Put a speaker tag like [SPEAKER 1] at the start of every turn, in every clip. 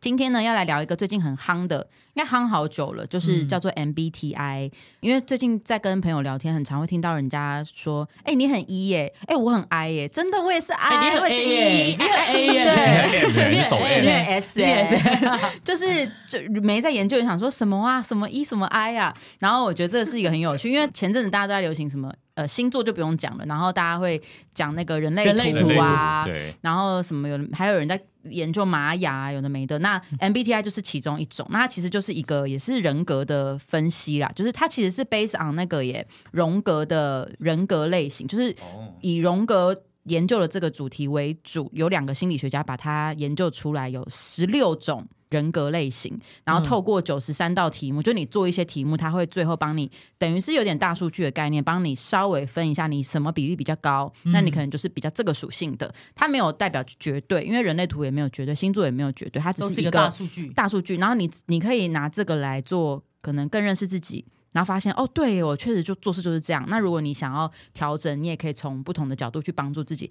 [SPEAKER 1] 今天呢，要来聊一个最近很夯的，应该夯好久了，
[SPEAKER 2] 嗯
[SPEAKER 1] 就是叫做 MBTI、因为最近在跟朋友聊天，很常会听到人家说：“哎、你很 E 耶、哎、我很 I 耶、真的我也是 I，、
[SPEAKER 2] 哎你很
[SPEAKER 1] 我也是
[SPEAKER 2] A 耶
[SPEAKER 1] E，
[SPEAKER 2] 你很 A 耶
[SPEAKER 1] 对
[SPEAKER 3] 你懂
[SPEAKER 1] 有
[SPEAKER 3] M，
[SPEAKER 2] 对
[SPEAKER 1] 点 S
[SPEAKER 2] 有
[SPEAKER 1] 哎、
[SPEAKER 2] 点
[SPEAKER 1] 就是就没在研究，想说什么啊，什么 E 什么 I 啊，然后我觉得这个是一个很有趣，因为前阵子大家都在流行什么呃星座就不用讲了，然后大家会讲那个人类
[SPEAKER 2] 人类
[SPEAKER 1] 图
[SPEAKER 2] 图
[SPEAKER 1] 啊，
[SPEAKER 3] 对，
[SPEAKER 1] 然后什么有人还有人在研究玛雅啊，有的没的。那 MBTI 就是其中一种，那它其实就是一个也是人格的分析啦，就是它其实是 based on 那个耶荣格的人格类型，就是
[SPEAKER 2] 嗯
[SPEAKER 3] 哦，
[SPEAKER 1] 以荣格研究的这个主题为主，有两个心理学家把它研究出来，有十六种人格类型，然
[SPEAKER 2] 嗯
[SPEAKER 1] 后透过九十三道题目，就你做一些题目，它会最后帮你，等于是有点大数据的概念，帮你稍微分一下你什么比例比较高，
[SPEAKER 2] 嗯
[SPEAKER 1] 那你可能就是比较这个属性的。它没有代表绝对，因为人类图也没有绝对，星座也没有绝对，它只
[SPEAKER 2] 都是
[SPEAKER 1] 是
[SPEAKER 2] 一
[SPEAKER 1] 一
[SPEAKER 2] 个大数据。
[SPEAKER 1] 大数据，然后你你可以拿这个来做，可能更认识自己，然后发现哦，对我确实就做事就是这样。那如果你想要调整，你也可以从不同的角度去帮助自己。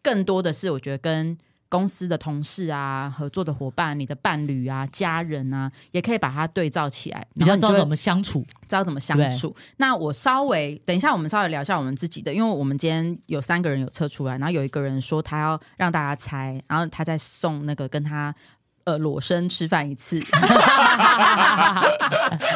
[SPEAKER 1] 更多的是，我觉得跟公司的同事啊、合作的伙伴、你的伴侣啊、家人啊，也可以把它对照起来，
[SPEAKER 2] 比较知
[SPEAKER 1] 然后你就
[SPEAKER 2] 道
[SPEAKER 1] 会
[SPEAKER 2] 怎么相处，
[SPEAKER 1] 知道怎么相处。那我稍微等一下，我们稍微聊一下我们自己的，因为我们今天有三个人有测出来，然后有一个人说他要让大家猜，然后他再送那个跟他。呃，裸身吃饭一 次，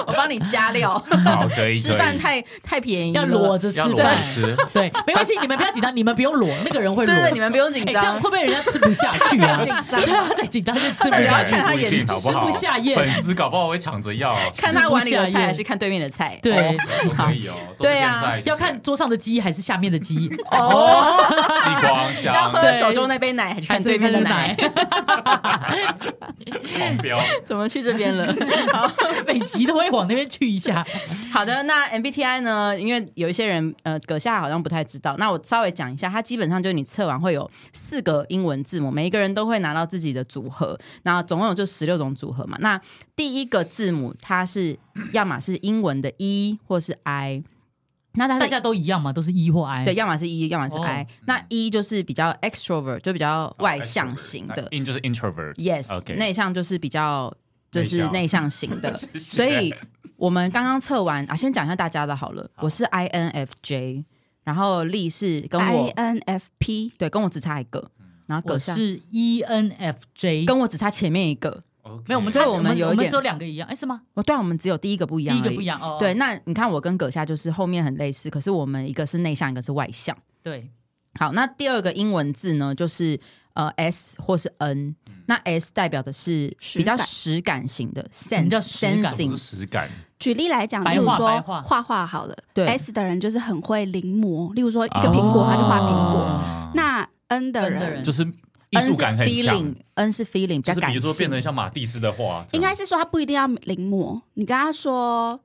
[SPEAKER 1] 我帮你加料。
[SPEAKER 3] 好，可以，
[SPEAKER 1] 吃
[SPEAKER 3] 可以
[SPEAKER 1] 饭太太便宜了，
[SPEAKER 2] 要裸着吃
[SPEAKER 3] 要裸
[SPEAKER 2] 饭
[SPEAKER 3] 着，吃，
[SPEAKER 2] 对，没关系，你们不要紧张，你们不用裸，那个人会
[SPEAKER 1] 对
[SPEAKER 2] 裸。
[SPEAKER 1] 对，你们不用紧
[SPEAKER 2] 哎，这
[SPEAKER 1] 张
[SPEAKER 2] 样会。不会人家吃不下去啊？
[SPEAKER 1] 紧张
[SPEAKER 2] 对啊，再紧张就吃不
[SPEAKER 1] 那你要
[SPEAKER 2] 下
[SPEAKER 1] 看他
[SPEAKER 2] 去。
[SPEAKER 3] 不一
[SPEAKER 1] 眼
[SPEAKER 3] 定好不
[SPEAKER 2] 吃
[SPEAKER 3] 好
[SPEAKER 2] 不下咽
[SPEAKER 3] 粉丝搞不好会抢着要，
[SPEAKER 1] 看他碗里的
[SPEAKER 2] 吃不下
[SPEAKER 1] 菜
[SPEAKER 2] 咽
[SPEAKER 1] 还是看对面的菜？
[SPEAKER 2] 对，
[SPEAKER 3] 都可以哦，
[SPEAKER 1] 对啊
[SPEAKER 3] 都是腌菜
[SPEAKER 2] 要看桌上的鸡还是下面的鸡，
[SPEAKER 1] 哦，
[SPEAKER 3] 激光
[SPEAKER 1] 要
[SPEAKER 3] 香
[SPEAKER 1] 喝
[SPEAKER 2] 对
[SPEAKER 1] 手中那杯奶还是
[SPEAKER 2] 还
[SPEAKER 1] 看
[SPEAKER 2] 是
[SPEAKER 1] 对面的奶？
[SPEAKER 2] 看
[SPEAKER 3] 狂飙，
[SPEAKER 1] 怎么去这边了？好，
[SPEAKER 2] 对奶，每集都会往那边去一下。
[SPEAKER 1] 好的，那 MBTI 呢？因为有一些人呃，阁下好像不太知道，那我稍微讲一下，它基本上就是你测完会有四个英文字母，每一个人都会拿到自己的组合，那总共有就十六种组合嘛。那第一个字母它是要么是英文的 E 或是 I，那它
[SPEAKER 2] 大
[SPEAKER 1] 的
[SPEAKER 2] 家都一样嘛，都是 E 或 I。
[SPEAKER 1] 对，，要么是 E，要么是
[SPEAKER 2] 哦
[SPEAKER 1] I、那 E 就是比较 extrovert，就比较外向型的。
[SPEAKER 3] ，in 就是 introvert，
[SPEAKER 1] yes，
[SPEAKER 3] OK
[SPEAKER 1] 内向就是比较就是内
[SPEAKER 3] 内
[SPEAKER 1] 向型的，所以我们刚刚测完啊，先讲一下大家的好了。
[SPEAKER 3] 好
[SPEAKER 1] 我是 INFJ，然后丽是跟我
[SPEAKER 4] INFP，
[SPEAKER 1] 对，跟我只差一个，然后
[SPEAKER 2] 我
[SPEAKER 1] 葛夏
[SPEAKER 2] 是 ENFJ。
[SPEAKER 1] 跟我只差前面一个。
[SPEAKER 3] OK
[SPEAKER 2] 没有，我们
[SPEAKER 1] 所以
[SPEAKER 2] 差
[SPEAKER 1] 我们有一
[SPEAKER 2] 我们
[SPEAKER 1] 点
[SPEAKER 2] 只有两个一样，哎，是吗？
[SPEAKER 1] 哦，对啊，我们只有第一个不一
[SPEAKER 2] 第
[SPEAKER 1] 样
[SPEAKER 2] 一
[SPEAKER 1] 而
[SPEAKER 2] 个不一
[SPEAKER 1] 已。
[SPEAKER 2] 样哦。哦
[SPEAKER 1] 对，那你看我跟葛夏就是后面很类似，可是我们一个是内向，一个是外向。
[SPEAKER 2] 对，
[SPEAKER 1] 好，那第二个英文字呢，就是呃 S 或是 N，、那 S 代表的是
[SPEAKER 4] 实
[SPEAKER 1] 比较
[SPEAKER 4] 感
[SPEAKER 1] 实感型的
[SPEAKER 2] 么
[SPEAKER 1] sense
[SPEAKER 2] 叫实感
[SPEAKER 3] 什么
[SPEAKER 1] sensing，
[SPEAKER 3] 是实感，
[SPEAKER 4] 举例来讲，
[SPEAKER 2] 白
[SPEAKER 4] 例如
[SPEAKER 2] 话
[SPEAKER 4] 说
[SPEAKER 2] 白话
[SPEAKER 4] 画画好了
[SPEAKER 1] 对啊
[SPEAKER 4] ，S 的人就是很会临摹，例如说一
[SPEAKER 3] 一
[SPEAKER 4] 个苹果，他就画苹果。
[SPEAKER 3] 果
[SPEAKER 4] 那 N 的
[SPEAKER 2] N 的
[SPEAKER 4] 人
[SPEAKER 2] 人
[SPEAKER 3] 就是艺术感很
[SPEAKER 1] N 是
[SPEAKER 3] 强
[SPEAKER 1] feeling，。N 是 feeling 比
[SPEAKER 3] 就
[SPEAKER 1] 较
[SPEAKER 3] 是
[SPEAKER 1] 感
[SPEAKER 3] 比
[SPEAKER 1] 性，
[SPEAKER 3] 如说变成像马蒂斯的画，这
[SPEAKER 4] 应
[SPEAKER 3] 样
[SPEAKER 4] 该是说他不一定要临摹，你跟他说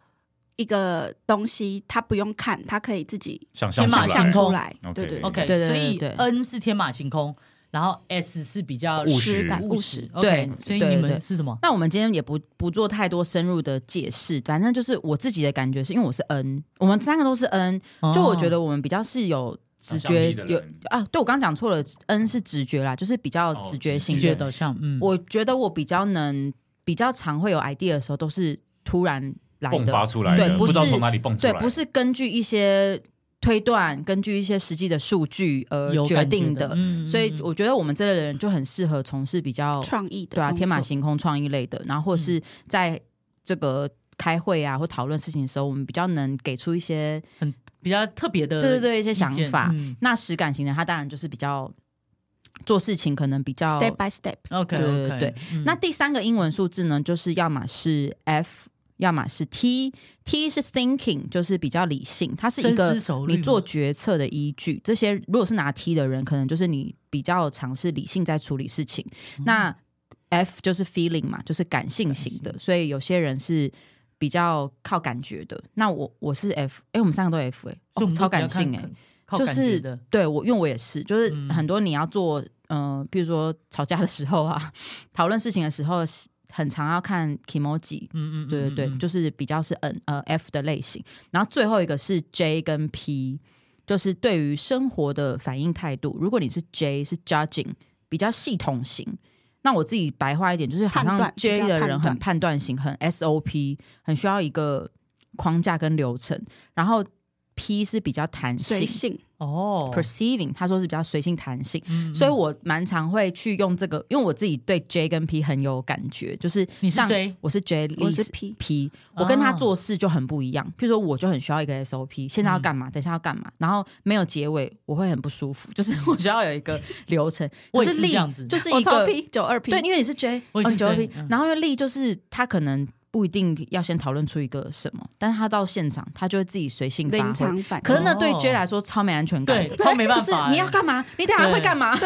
[SPEAKER 4] 一个东西，他不用看，他可以自己
[SPEAKER 3] 想象
[SPEAKER 2] 天马
[SPEAKER 3] 出来
[SPEAKER 4] 想
[SPEAKER 2] 行空
[SPEAKER 4] 出来。
[SPEAKER 3] OK
[SPEAKER 4] 对对对
[SPEAKER 2] OK，
[SPEAKER 1] 对对
[SPEAKER 2] 所以
[SPEAKER 1] 对对
[SPEAKER 2] N 是天马行空，然后 S 是比较
[SPEAKER 3] 务
[SPEAKER 4] 实感
[SPEAKER 2] 务
[SPEAKER 4] 务
[SPEAKER 2] 实
[SPEAKER 4] 实。
[SPEAKER 2] OK，
[SPEAKER 1] 对
[SPEAKER 2] 所以
[SPEAKER 1] 对
[SPEAKER 2] 你
[SPEAKER 1] 对
[SPEAKER 2] 们是什么？
[SPEAKER 1] 那我们今天也不不做太多深入的解释，反正就是我自己的感觉是，因为我是 N，我们三个都是 N，就我觉
[SPEAKER 2] 哦
[SPEAKER 1] 得我们比较是有直
[SPEAKER 3] 想象
[SPEAKER 1] 觉
[SPEAKER 3] 力的
[SPEAKER 1] 有
[SPEAKER 3] 人
[SPEAKER 1] 啊，对我刚刚讲错了，N 是直觉啦，就是比较
[SPEAKER 3] 哦
[SPEAKER 1] 直觉
[SPEAKER 2] 直
[SPEAKER 1] 型的。
[SPEAKER 2] 觉导向，嗯，
[SPEAKER 1] 我觉得我比较能比较常会有 idea 的时候，都是突然来
[SPEAKER 3] 迸发
[SPEAKER 1] 的，
[SPEAKER 3] 出来的，
[SPEAKER 1] 对不
[SPEAKER 3] 不知道
[SPEAKER 1] 是
[SPEAKER 3] 从哪里蹦出
[SPEAKER 1] 对
[SPEAKER 3] 来，，
[SPEAKER 1] 不是根据一些推断，根据一些实际的数据而
[SPEAKER 2] 有
[SPEAKER 1] 决
[SPEAKER 2] 感觉
[SPEAKER 1] 定
[SPEAKER 2] 的，
[SPEAKER 1] 的。
[SPEAKER 2] 嗯
[SPEAKER 1] 所以我觉得我们这类的人就很适合从事比较
[SPEAKER 4] 创意的
[SPEAKER 1] 对啊，
[SPEAKER 4] 工
[SPEAKER 1] 天马
[SPEAKER 4] 作
[SPEAKER 1] 行空创意类的，然后或是在这个开会啊或讨论事情的时候，我们比较能给出一些
[SPEAKER 2] 比较特别的，
[SPEAKER 1] 对对对一些想法。
[SPEAKER 2] 呃嗯
[SPEAKER 1] 那实感型的，他当然就是比较做事情可能比较。
[SPEAKER 4] step by step。
[SPEAKER 2] OK，嗯
[SPEAKER 1] 对对对那第三个英文数字呢，就是要么是 F，要么是 T。T 是 thinking，就是比较理性，它是一
[SPEAKER 2] 深
[SPEAKER 1] 个
[SPEAKER 2] 思熟虑
[SPEAKER 1] 你
[SPEAKER 2] 吗，
[SPEAKER 1] 做决策的依据。这
[SPEAKER 2] 嗯
[SPEAKER 1] 些如果是拿 T 的人，可能就是你比较尝试理性在处理事情。那 F 就是 feeling 嘛，就是感性型的，所以有些人是比较靠感觉的。那我我是 F，哎、我们三个都 F 哎、
[SPEAKER 2] 所以我
[SPEAKER 1] 哦，
[SPEAKER 2] 们
[SPEAKER 1] 超感性哎、
[SPEAKER 2] 哎、靠
[SPEAKER 1] 就
[SPEAKER 2] 感觉
[SPEAKER 1] 是
[SPEAKER 2] 的嗯
[SPEAKER 1] 对我，因为我也是，就是很多你要做，呃，比如说吵架的时候啊，讨论事情的时候，很常要看 emoji，
[SPEAKER 2] 嗯嗯嗯，
[SPEAKER 1] 对对对，
[SPEAKER 2] 嗯嗯
[SPEAKER 1] 就是比较是 N 呃 F 的类型，然后最后一个是 J 跟 P，就是对于生活的反应态度。如果你是 J 是 judging，比较系统型。那我自己白话一点，就是好
[SPEAKER 4] 判
[SPEAKER 1] 像
[SPEAKER 4] 断比
[SPEAKER 1] J
[SPEAKER 4] 较
[SPEAKER 1] 的
[SPEAKER 4] 判
[SPEAKER 1] 人
[SPEAKER 4] 断
[SPEAKER 1] 很判断型，很 SOP，很需要一个框架跟流程。然后 P 是比较弹
[SPEAKER 4] 随
[SPEAKER 1] 性
[SPEAKER 4] 性，
[SPEAKER 2] 哦，
[SPEAKER 1] ，perceiving，他说是比较随性弹性。
[SPEAKER 2] 嗯嗯
[SPEAKER 1] 所以我蛮常会去用这个，因为我自己对 J 跟 P 很有感觉，就是
[SPEAKER 2] 你是
[SPEAKER 1] 像
[SPEAKER 2] J
[SPEAKER 1] 我是 J，
[SPEAKER 4] 我是
[SPEAKER 1] Liz
[SPEAKER 4] P，
[SPEAKER 1] P，我跟他
[SPEAKER 2] 哦
[SPEAKER 1] 做事就很不一样。譬如说，我就很需要一个 SOP，现
[SPEAKER 2] 嗯
[SPEAKER 1] 在要干嘛，等一下要干嘛，然后没有结尾，我会很不舒服。就是 我需要有一个流程。
[SPEAKER 2] 我
[SPEAKER 1] 可
[SPEAKER 2] 也
[SPEAKER 1] 是
[SPEAKER 2] 是
[SPEAKER 1] 力
[SPEAKER 2] 这样子
[SPEAKER 1] 就是
[SPEAKER 4] 我
[SPEAKER 1] 一
[SPEAKER 4] 超
[SPEAKER 1] 个
[SPEAKER 4] P 九二 P，
[SPEAKER 1] 对，因为你是 J，
[SPEAKER 2] 我也
[SPEAKER 1] 哦
[SPEAKER 2] 是
[SPEAKER 1] 你9
[SPEAKER 2] J，
[SPEAKER 1] P，
[SPEAKER 2] 嗯
[SPEAKER 1] 然后因为力就是他可能不一定要先讨论出一个什么，但是他到现场他就会自己随性发
[SPEAKER 4] 临
[SPEAKER 1] 挥。
[SPEAKER 4] 场反应。
[SPEAKER 1] 可是那对
[SPEAKER 2] 哦
[SPEAKER 1] J 来说超没安全感
[SPEAKER 2] 对
[SPEAKER 1] 的，
[SPEAKER 2] 超没办
[SPEAKER 1] 就是
[SPEAKER 2] 法欸，
[SPEAKER 1] 你要干嘛？你等下会干嘛？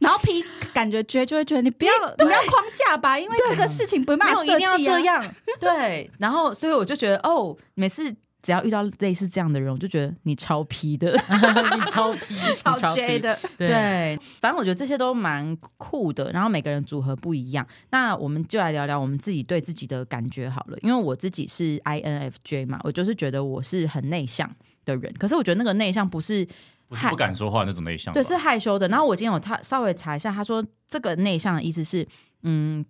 [SPEAKER 4] 然后 P 感觉觉就会觉得你不要你不要框架吧，因为这个事情 不
[SPEAKER 1] 没
[SPEAKER 4] 骂
[SPEAKER 1] 有一
[SPEAKER 4] 设
[SPEAKER 1] 定要
[SPEAKER 4] 计
[SPEAKER 1] 这
[SPEAKER 4] 啊。
[SPEAKER 1] 样。对，然后所以我就觉得，哦，每次只要遇到类似这样的人，我就觉得你超批的。
[SPEAKER 2] 你超 P
[SPEAKER 4] 超
[SPEAKER 2] 你超
[SPEAKER 4] J 的，
[SPEAKER 2] 对，
[SPEAKER 1] 对，反正我觉得这些都蛮酷的，然后每个人组合不一样。那我们就来聊聊我们自己对自己的感觉好了，因为我自己是 INFJ 嘛，我就是觉得我是很内向的人，可是我觉得那个内向不是
[SPEAKER 3] 不是不敢说话那种内向吧，
[SPEAKER 1] 对，是害羞的。然后我今天有他稍微查一下，他说这个内向的意思是，嗯。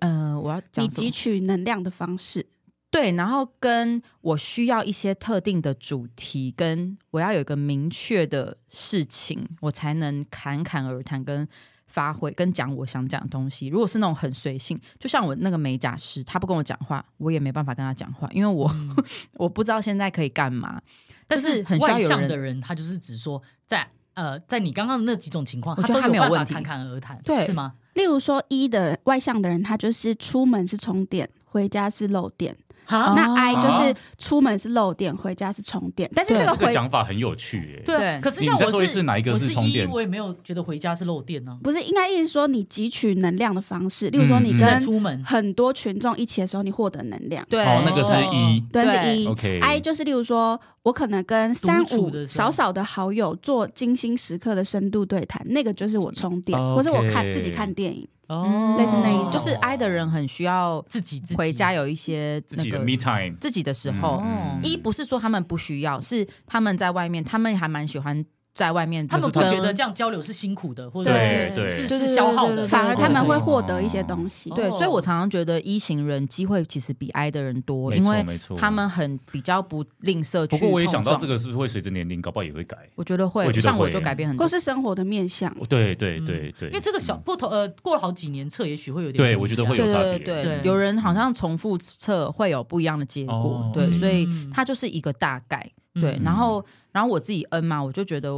[SPEAKER 1] 呃，我要讲
[SPEAKER 4] 你
[SPEAKER 1] 什么
[SPEAKER 4] 汲取能量的方式，
[SPEAKER 1] 对，然后跟我需要一些特定的主题，跟我要有一个明确的事情，我才能侃侃而谈跟。发挥跟讲我想讲的东西，如果是那种很随性，就像我那个美甲师，他不跟我讲话，我也没办法跟他讲话，因为我、 我不知道现在可以干嘛。
[SPEAKER 2] 但
[SPEAKER 1] 就是
[SPEAKER 2] 是
[SPEAKER 1] 很需要
[SPEAKER 2] 外
[SPEAKER 1] 有
[SPEAKER 2] 向
[SPEAKER 1] 人
[SPEAKER 2] 的人，他就是只说在呃，在你刚刚的那几种情况，
[SPEAKER 1] 我觉
[SPEAKER 2] 都
[SPEAKER 1] 得他没有
[SPEAKER 2] 办法
[SPEAKER 1] 问题
[SPEAKER 2] 侃侃而谈，
[SPEAKER 1] 对
[SPEAKER 2] 是吗？
[SPEAKER 4] 例如说一的外向的人，他就是出门是充电，回家是漏电。
[SPEAKER 1] 哦
[SPEAKER 2] 好，
[SPEAKER 4] 那 I 就是
[SPEAKER 3] 啊
[SPEAKER 4] 出门是漏电，回家是充电。但是
[SPEAKER 1] 对
[SPEAKER 4] 这
[SPEAKER 3] 这
[SPEAKER 4] 个
[SPEAKER 3] 个
[SPEAKER 4] 回
[SPEAKER 3] 讲法很有趣耶。
[SPEAKER 2] 对啊
[SPEAKER 1] 对
[SPEAKER 2] 可是
[SPEAKER 3] 你
[SPEAKER 2] 像
[SPEAKER 3] 再
[SPEAKER 2] 我
[SPEAKER 3] 说一
[SPEAKER 2] 是
[SPEAKER 3] 次哪一个
[SPEAKER 2] 我
[SPEAKER 3] 是
[SPEAKER 2] 是
[SPEAKER 3] 充
[SPEAKER 2] 一
[SPEAKER 3] 电
[SPEAKER 2] 我也没有觉得回家是漏电啊呢。
[SPEAKER 4] 不是应该意思说你汲取能量的方式，例如说
[SPEAKER 3] 嗯
[SPEAKER 4] 你
[SPEAKER 3] 嗯
[SPEAKER 2] 在
[SPEAKER 4] 跟
[SPEAKER 2] 出门
[SPEAKER 4] 很多群众一起的时候，你获得能量。
[SPEAKER 1] 对，
[SPEAKER 3] 哦，那个是
[SPEAKER 2] 哦
[SPEAKER 3] 一，
[SPEAKER 4] 对，
[SPEAKER 1] 对
[SPEAKER 4] 是一。
[SPEAKER 3] OK
[SPEAKER 4] I 就是例如说，我可能跟三
[SPEAKER 2] 独处
[SPEAKER 4] 五
[SPEAKER 2] 的时候
[SPEAKER 4] 少少的好友做精心时刻的深度对谈，那个就是我充电，
[SPEAKER 3] OK
[SPEAKER 4] 或者我看自己看电影。
[SPEAKER 1] 嗯
[SPEAKER 2] 哦，
[SPEAKER 4] 类似那一种
[SPEAKER 1] 就是 I 的人很需要
[SPEAKER 2] 自己自己
[SPEAKER 1] 回家有一些
[SPEAKER 3] 自
[SPEAKER 1] 那
[SPEAKER 3] 己的
[SPEAKER 1] 个
[SPEAKER 3] me time，
[SPEAKER 1] 哦自己的时
[SPEAKER 3] 嗯
[SPEAKER 1] 候，
[SPEAKER 2] 嗯
[SPEAKER 1] 一不是说他们不需要，是他们在外面，他们还蛮喜欢在外面，
[SPEAKER 2] 他们不
[SPEAKER 1] 跟
[SPEAKER 2] 觉得这样交流是辛苦的，或者
[SPEAKER 3] 对
[SPEAKER 2] 是
[SPEAKER 3] 对
[SPEAKER 2] 是
[SPEAKER 1] 对
[SPEAKER 2] 是
[SPEAKER 1] 对
[SPEAKER 2] 消耗
[SPEAKER 1] 对对
[SPEAKER 2] 的，
[SPEAKER 1] 对
[SPEAKER 4] 反而他们
[SPEAKER 2] 对
[SPEAKER 4] 会
[SPEAKER 2] 对对
[SPEAKER 4] 获得一些东西。
[SPEAKER 1] 对，
[SPEAKER 2] 哦
[SPEAKER 1] 所以我常常觉得一行人机会其实比 I 的人多，
[SPEAKER 3] 没
[SPEAKER 1] 因
[SPEAKER 3] 错
[SPEAKER 1] 为
[SPEAKER 3] 没错，
[SPEAKER 1] 他们很比较不吝啬去。
[SPEAKER 3] 不过我也想到这，个是不是会随着年龄，搞不好也会改。
[SPEAKER 1] 我觉得会，
[SPEAKER 3] 我觉得
[SPEAKER 1] 像我
[SPEAKER 3] 会
[SPEAKER 1] 就改变很多
[SPEAKER 4] 或。是生活的面向，
[SPEAKER 3] 对对对对，嗯
[SPEAKER 2] 因为这个小不同呃，过了好几年测，也许会有点
[SPEAKER 3] 对
[SPEAKER 2] 不
[SPEAKER 3] 我觉得
[SPEAKER 2] 一样
[SPEAKER 3] 会有
[SPEAKER 1] 对
[SPEAKER 3] 差
[SPEAKER 1] 对
[SPEAKER 3] 别
[SPEAKER 1] 对
[SPEAKER 2] 对
[SPEAKER 1] 有人好像重复测会有不一样的结果
[SPEAKER 3] 哦，
[SPEAKER 1] 对，
[SPEAKER 3] 嗯
[SPEAKER 1] 所以它就是一个大概。对，
[SPEAKER 2] 嗯
[SPEAKER 1] 然后然后我自己 N 嘛，我就觉得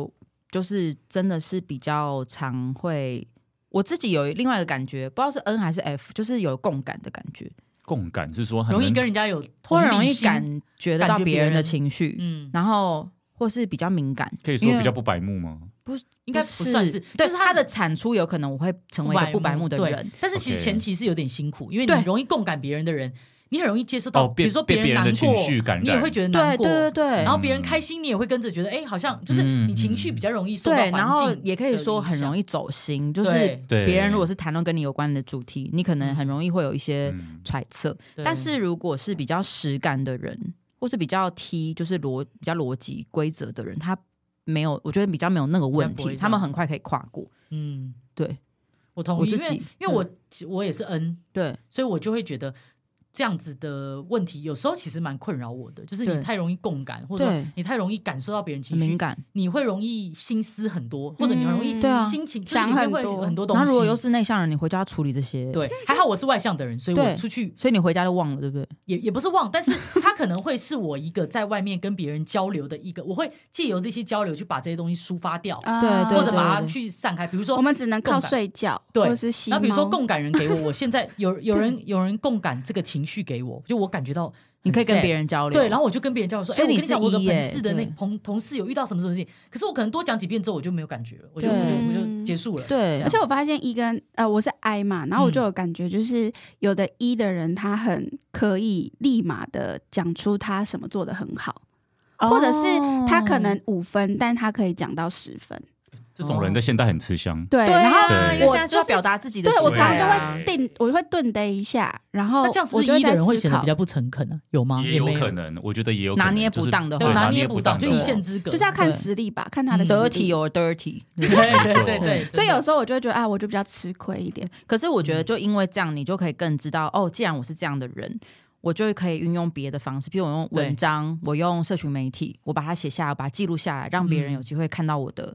[SPEAKER 1] 就是真的是比较常会。我自己有另外一个感觉，不知道是 N 还是 F，就是有共感的感觉，
[SPEAKER 3] 共感是说很
[SPEAKER 2] 容易
[SPEAKER 3] 能
[SPEAKER 2] 跟人家有
[SPEAKER 1] 或
[SPEAKER 2] 同
[SPEAKER 1] 者
[SPEAKER 2] 理
[SPEAKER 1] 容易
[SPEAKER 2] 哦心，
[SPEAKER 1] 感觉得到
[SPEAKER 2] 感觉别
[SPEAKER 1] 别人的
[SPEAKER 2] 人
[SPEAKER 1] 情绪，
[SPEAKER 2] 嗯，
[SPEAKER 1] 然后或是比较敏感，
[SPEAKER 3] 可以说
[SPEAKER 1] 因为
[SPEAKER 3] 比较不白目吗？
[SPEAKER 2] 应该不算是，
[SPEAKER 1] 对
[SPEAKER 2] 就是
[SPEAKER 1] 他的产出有可能我会成为一个不白目的
[SPEAKER 2] 对
[SPEAKER 1] 人，，
[SPEAKER 2] 但是其实
[SPEAKER 3] OK
[SPEAKER 2] 前期是有点辛苦，因为
[SPEAKER 1] 对
[SPEAKER 2] 你容易共感别人的人，你很容易接受到，
[SPEAKER 3] 哦
[SPEAKER 2] 比
[SPEAKER 3] 被
[SPEAKER 2] 如说
[SPEAKER 3] 被
[SPEAKER 2] 人
[SPEAKER 3] 别人
[SPEAKER 2] 难
[SPEAKER 3] 的
[SPEAKER 2] 过，
[SPEAKER 3] 情绪感染
[SPEAKER 2] 你也会觉得难
[SPEAKER 1] 对
[SPEAKER 2] 过，
[SPEAKER 1] 对对对
[SPEAKER 2] 然。后别人开心，你也会跟着觉得，哎，好像就是
[SPEAKER 3] 嗯
[SPEAKER 2] 你情绪比较容易受到
[SPEAKER 1] 对，
[SPEAKER 2] 环境，
[SPEAKER 1] 然后也可以说很容
[SPEAKER 2] 易，
[SPEAKER 1] 易走心，就是
[SPEAKER 2] 对，嗯
[SPEAKER 3] 对
[SPEAKER 1] 别人如果是谈论跟你有关的主题，你可能很容易会有一些
[SPEAKER 3] 嗯
[SPEAKER 1] 揣测。
[SPEAKER 2] 对
[SPEAKER 1] 但是如果是比较实感的人，或是比较 T 就是逻比较逻辑规则的人，他没有，我觉得比较没有那个问
[SPEAKER 2] 比较不
[SPEAKER 1] 题，
[SPEAKER 2] 会
[SPEAKER 1] 他们
[SPEAKER 2] 这样子
[SPEAKER 1] 很快可以跨过。
[SPEAKER 2] 嗯，
[SPEAKER 1] 对
[SPEAKER 2] 我同
[SPEAKER 1] 我
[SPEAKER 2] 意，
[SPEAKER 1] 自
[SPEAKER 2] 因为
[SPEAKER 1] 己嗯
[SPEAKER 2] 因为我我也是 N，
[SPEAKER 1] 对
[SPEAKER 2] 所以我就会觉得这样子的问题有时候其实蛮困扰我的，就是
[SPEAKER 1] 对
[SPEAKER 2] 你太容易共感，或者说
[SPEAKER 1] 对
[SPEAKER 2] 你太容易感受到别人情
[SPEAKER 1] 很敏
[SPEAKER 2] 绪，
[SPEAKER 1] 感，
[SPEAKER 2] 你会容易心思很多，或者你很容易
[SPEAKER 4] 嗯
[SPEAKER 1] 对啊
[SPEAKER 2] 心情、就是
[SPEAKER 4] 想
[SPEAKER 2] 你会
[SPEAKER 4] 很
[SPEAKER 2] 会
[SPEAKER 4] 多
[SPEAKER 2] 很多东
[SPEAKER 1] 然
[SPEAKER 2] 西。
[SPEAKER 1] 后如果又是内向人，你回家要处理这些，，
[SPEAKER 2] 对，还好我是外向的人，所以
[SPEAKER 1] 对
[SPEAKER 2] 我出去
[SPEAKER 1] 所以你回家就忘了，对不对？
[SPEAKER 2] 也也不是忘，但是他可能会是我一个在外面跟别人交流的一个，我会借由这些交流去把这些东西抒发掉，
[SPEAKER 4] 啊
[SPEAKER 1] 对
[SPEAKER 2] 或者把它
[SPEAKER 1] 对
[SPEAKER 2] 去散开，比如说
[SPEAKER 4] 我们只能靠
[SPEAKER 2] 共感
[SPEAKER 4] 睡觉，
[SPEAKER 2] 对
[SPEAKER 4] 或是吸
[SPEAKER 2] 然
[SPEAKER 4] 猫。
[SPEAKER 2] 后比如说共感人给我，我现在有有人有人共感这个情绪给我，就我感觉到
[SPEAKER 1] 你可以跟
[SPEAKER 2] sad
[SPEAKER 1] 别人交流。
[SPEAKER 2] 对，然后我就跟别人交流说，哎、
[SPEAKER 1] 所以
[SPEAKER 2] 我
[SPEAKER 1] 你
[SPEAKER 2] 跟你
[SPEAKER 1] 是
[SPEAKER 2] 讲，我有个
[SPEAKER 1] E
[SPEAKER 2] 本
[SPEAKER 1] 耶
[SPEAKER 2] 市的那
[SPEAKER 1] 对
[SPEAKER 2] 同同事有遇到什么什么事情，可是我可能多讲几遍之后，我就没有感觉了，我就
[SPEAKER 1] 对
[SPEAKER 2] 我就我就结束了。
[SPEAKER 1] 对，
[SPEAKER 4] 而且我发现一跟呃我是 I
[SPEAKER 2] 嗯
[SPEAKER 4] 嘛，然后我就有感觉，就是有的一的人他很可以立马的讲出他什么做的很好，
[SPEAKER 1] 哦
[SPEAKER 4] 或者是他可能五分，但他可以讲到十分。
[SPEAKER 3] 这种人在现代很吃香。
[SPEAKER 4] 对，
[SPEAKER 1] 对啊，
[SPEAKER 4] 然后
[SPEAKER 3] 对
[SPEAKER 1] 因为现在
[SPEAKER 4] 我
[SPEAKER 1] 就要
[SPEAKER 4] 就是
[SPEAKER 1] 表达自己的
[SPEAKER 4] 对
[SPEAKER 1] 时
[SPEAKER 4] 我
[SPEAKER 1] 代
[SPEAKER 4] 常常就
[SPEAKER 1] 啊
[SPEAKER 4] 会定，我会顿呆一下，然后
[SPEAKER 2] 那这样是不
[SPEAKER 4] 我
[SPEAKER 1] 哦
[SPEAKER 4] 就
[SPEAKER 2] 是
[SPEAKER 4] 会
[SPEAKER 2] 一的人会
[SPEAKER 4] 在思
[SPEAKER 2] 显得
[SPEAKER 4] 考
[SPEAKER 2] 比较不诚恳呢、有吗？
[SPEAKER 3] 也有
[SPEAKER 2] 啊没
[SPEAKER 3] 可。能，我觉得也有
[SPEAKER 1] 拿
[SPEAKER 3] 可能
[SPEAKER 1] 捏
[SPEAKER 3] 就
[SPEAKER 1] 不
[SPEAKER 3] 是
[SPEAKER 1] 当的
[SPEAKER 2] 对，
[SPEAKER 1] 话
[SPEAKER 2] 拿
[SPEAKER 3] 拿
[SPEAKER 2] 捏
[SPEAKER 3] 捏
[SPEAKER 2] 不
[SPEAKER 3] 不
[SPEAKER 2] 当，
[SPEAKER 3] 当
[SPEAKER 2] 就
[SPEAKER 3] 的
[SPEAKER 2] 一
[SPEAKER 3] 话
[SPEAKER 2] 线之隔，
[SPEAKER 4] 就是要看
[SPEAKER 2] 对
[SPEAKER 4] 实力吧，看他的
[SPEAKER 2] 嗯
[SPEAKER 4] 实力
[SPEAKER 1] dirty or dirty。
[SPEAKER 2] 对对
[SPEAKER 3] 错
[SPEAKER 2] 对对，
[SPEAKER 4] 所以有
[SPEAKER 2] 真的
[SPEAKER 4] 时候我就会觉得啊，我就比较吃亏一点。
[SPEAKER 1] 可是我觉
[SPEAKER 2] 嗯
[SPEAKER 1] 得，就因为这样，你就可以更知道哦，既然我是这样的人，我就可以运用别的方式，比如我用文章，我用社群媒体，我把它写下来，我把它记录下来，让别人
[SPEAKER 2] 嗯
[SPEAKER 1] 有机会看到我的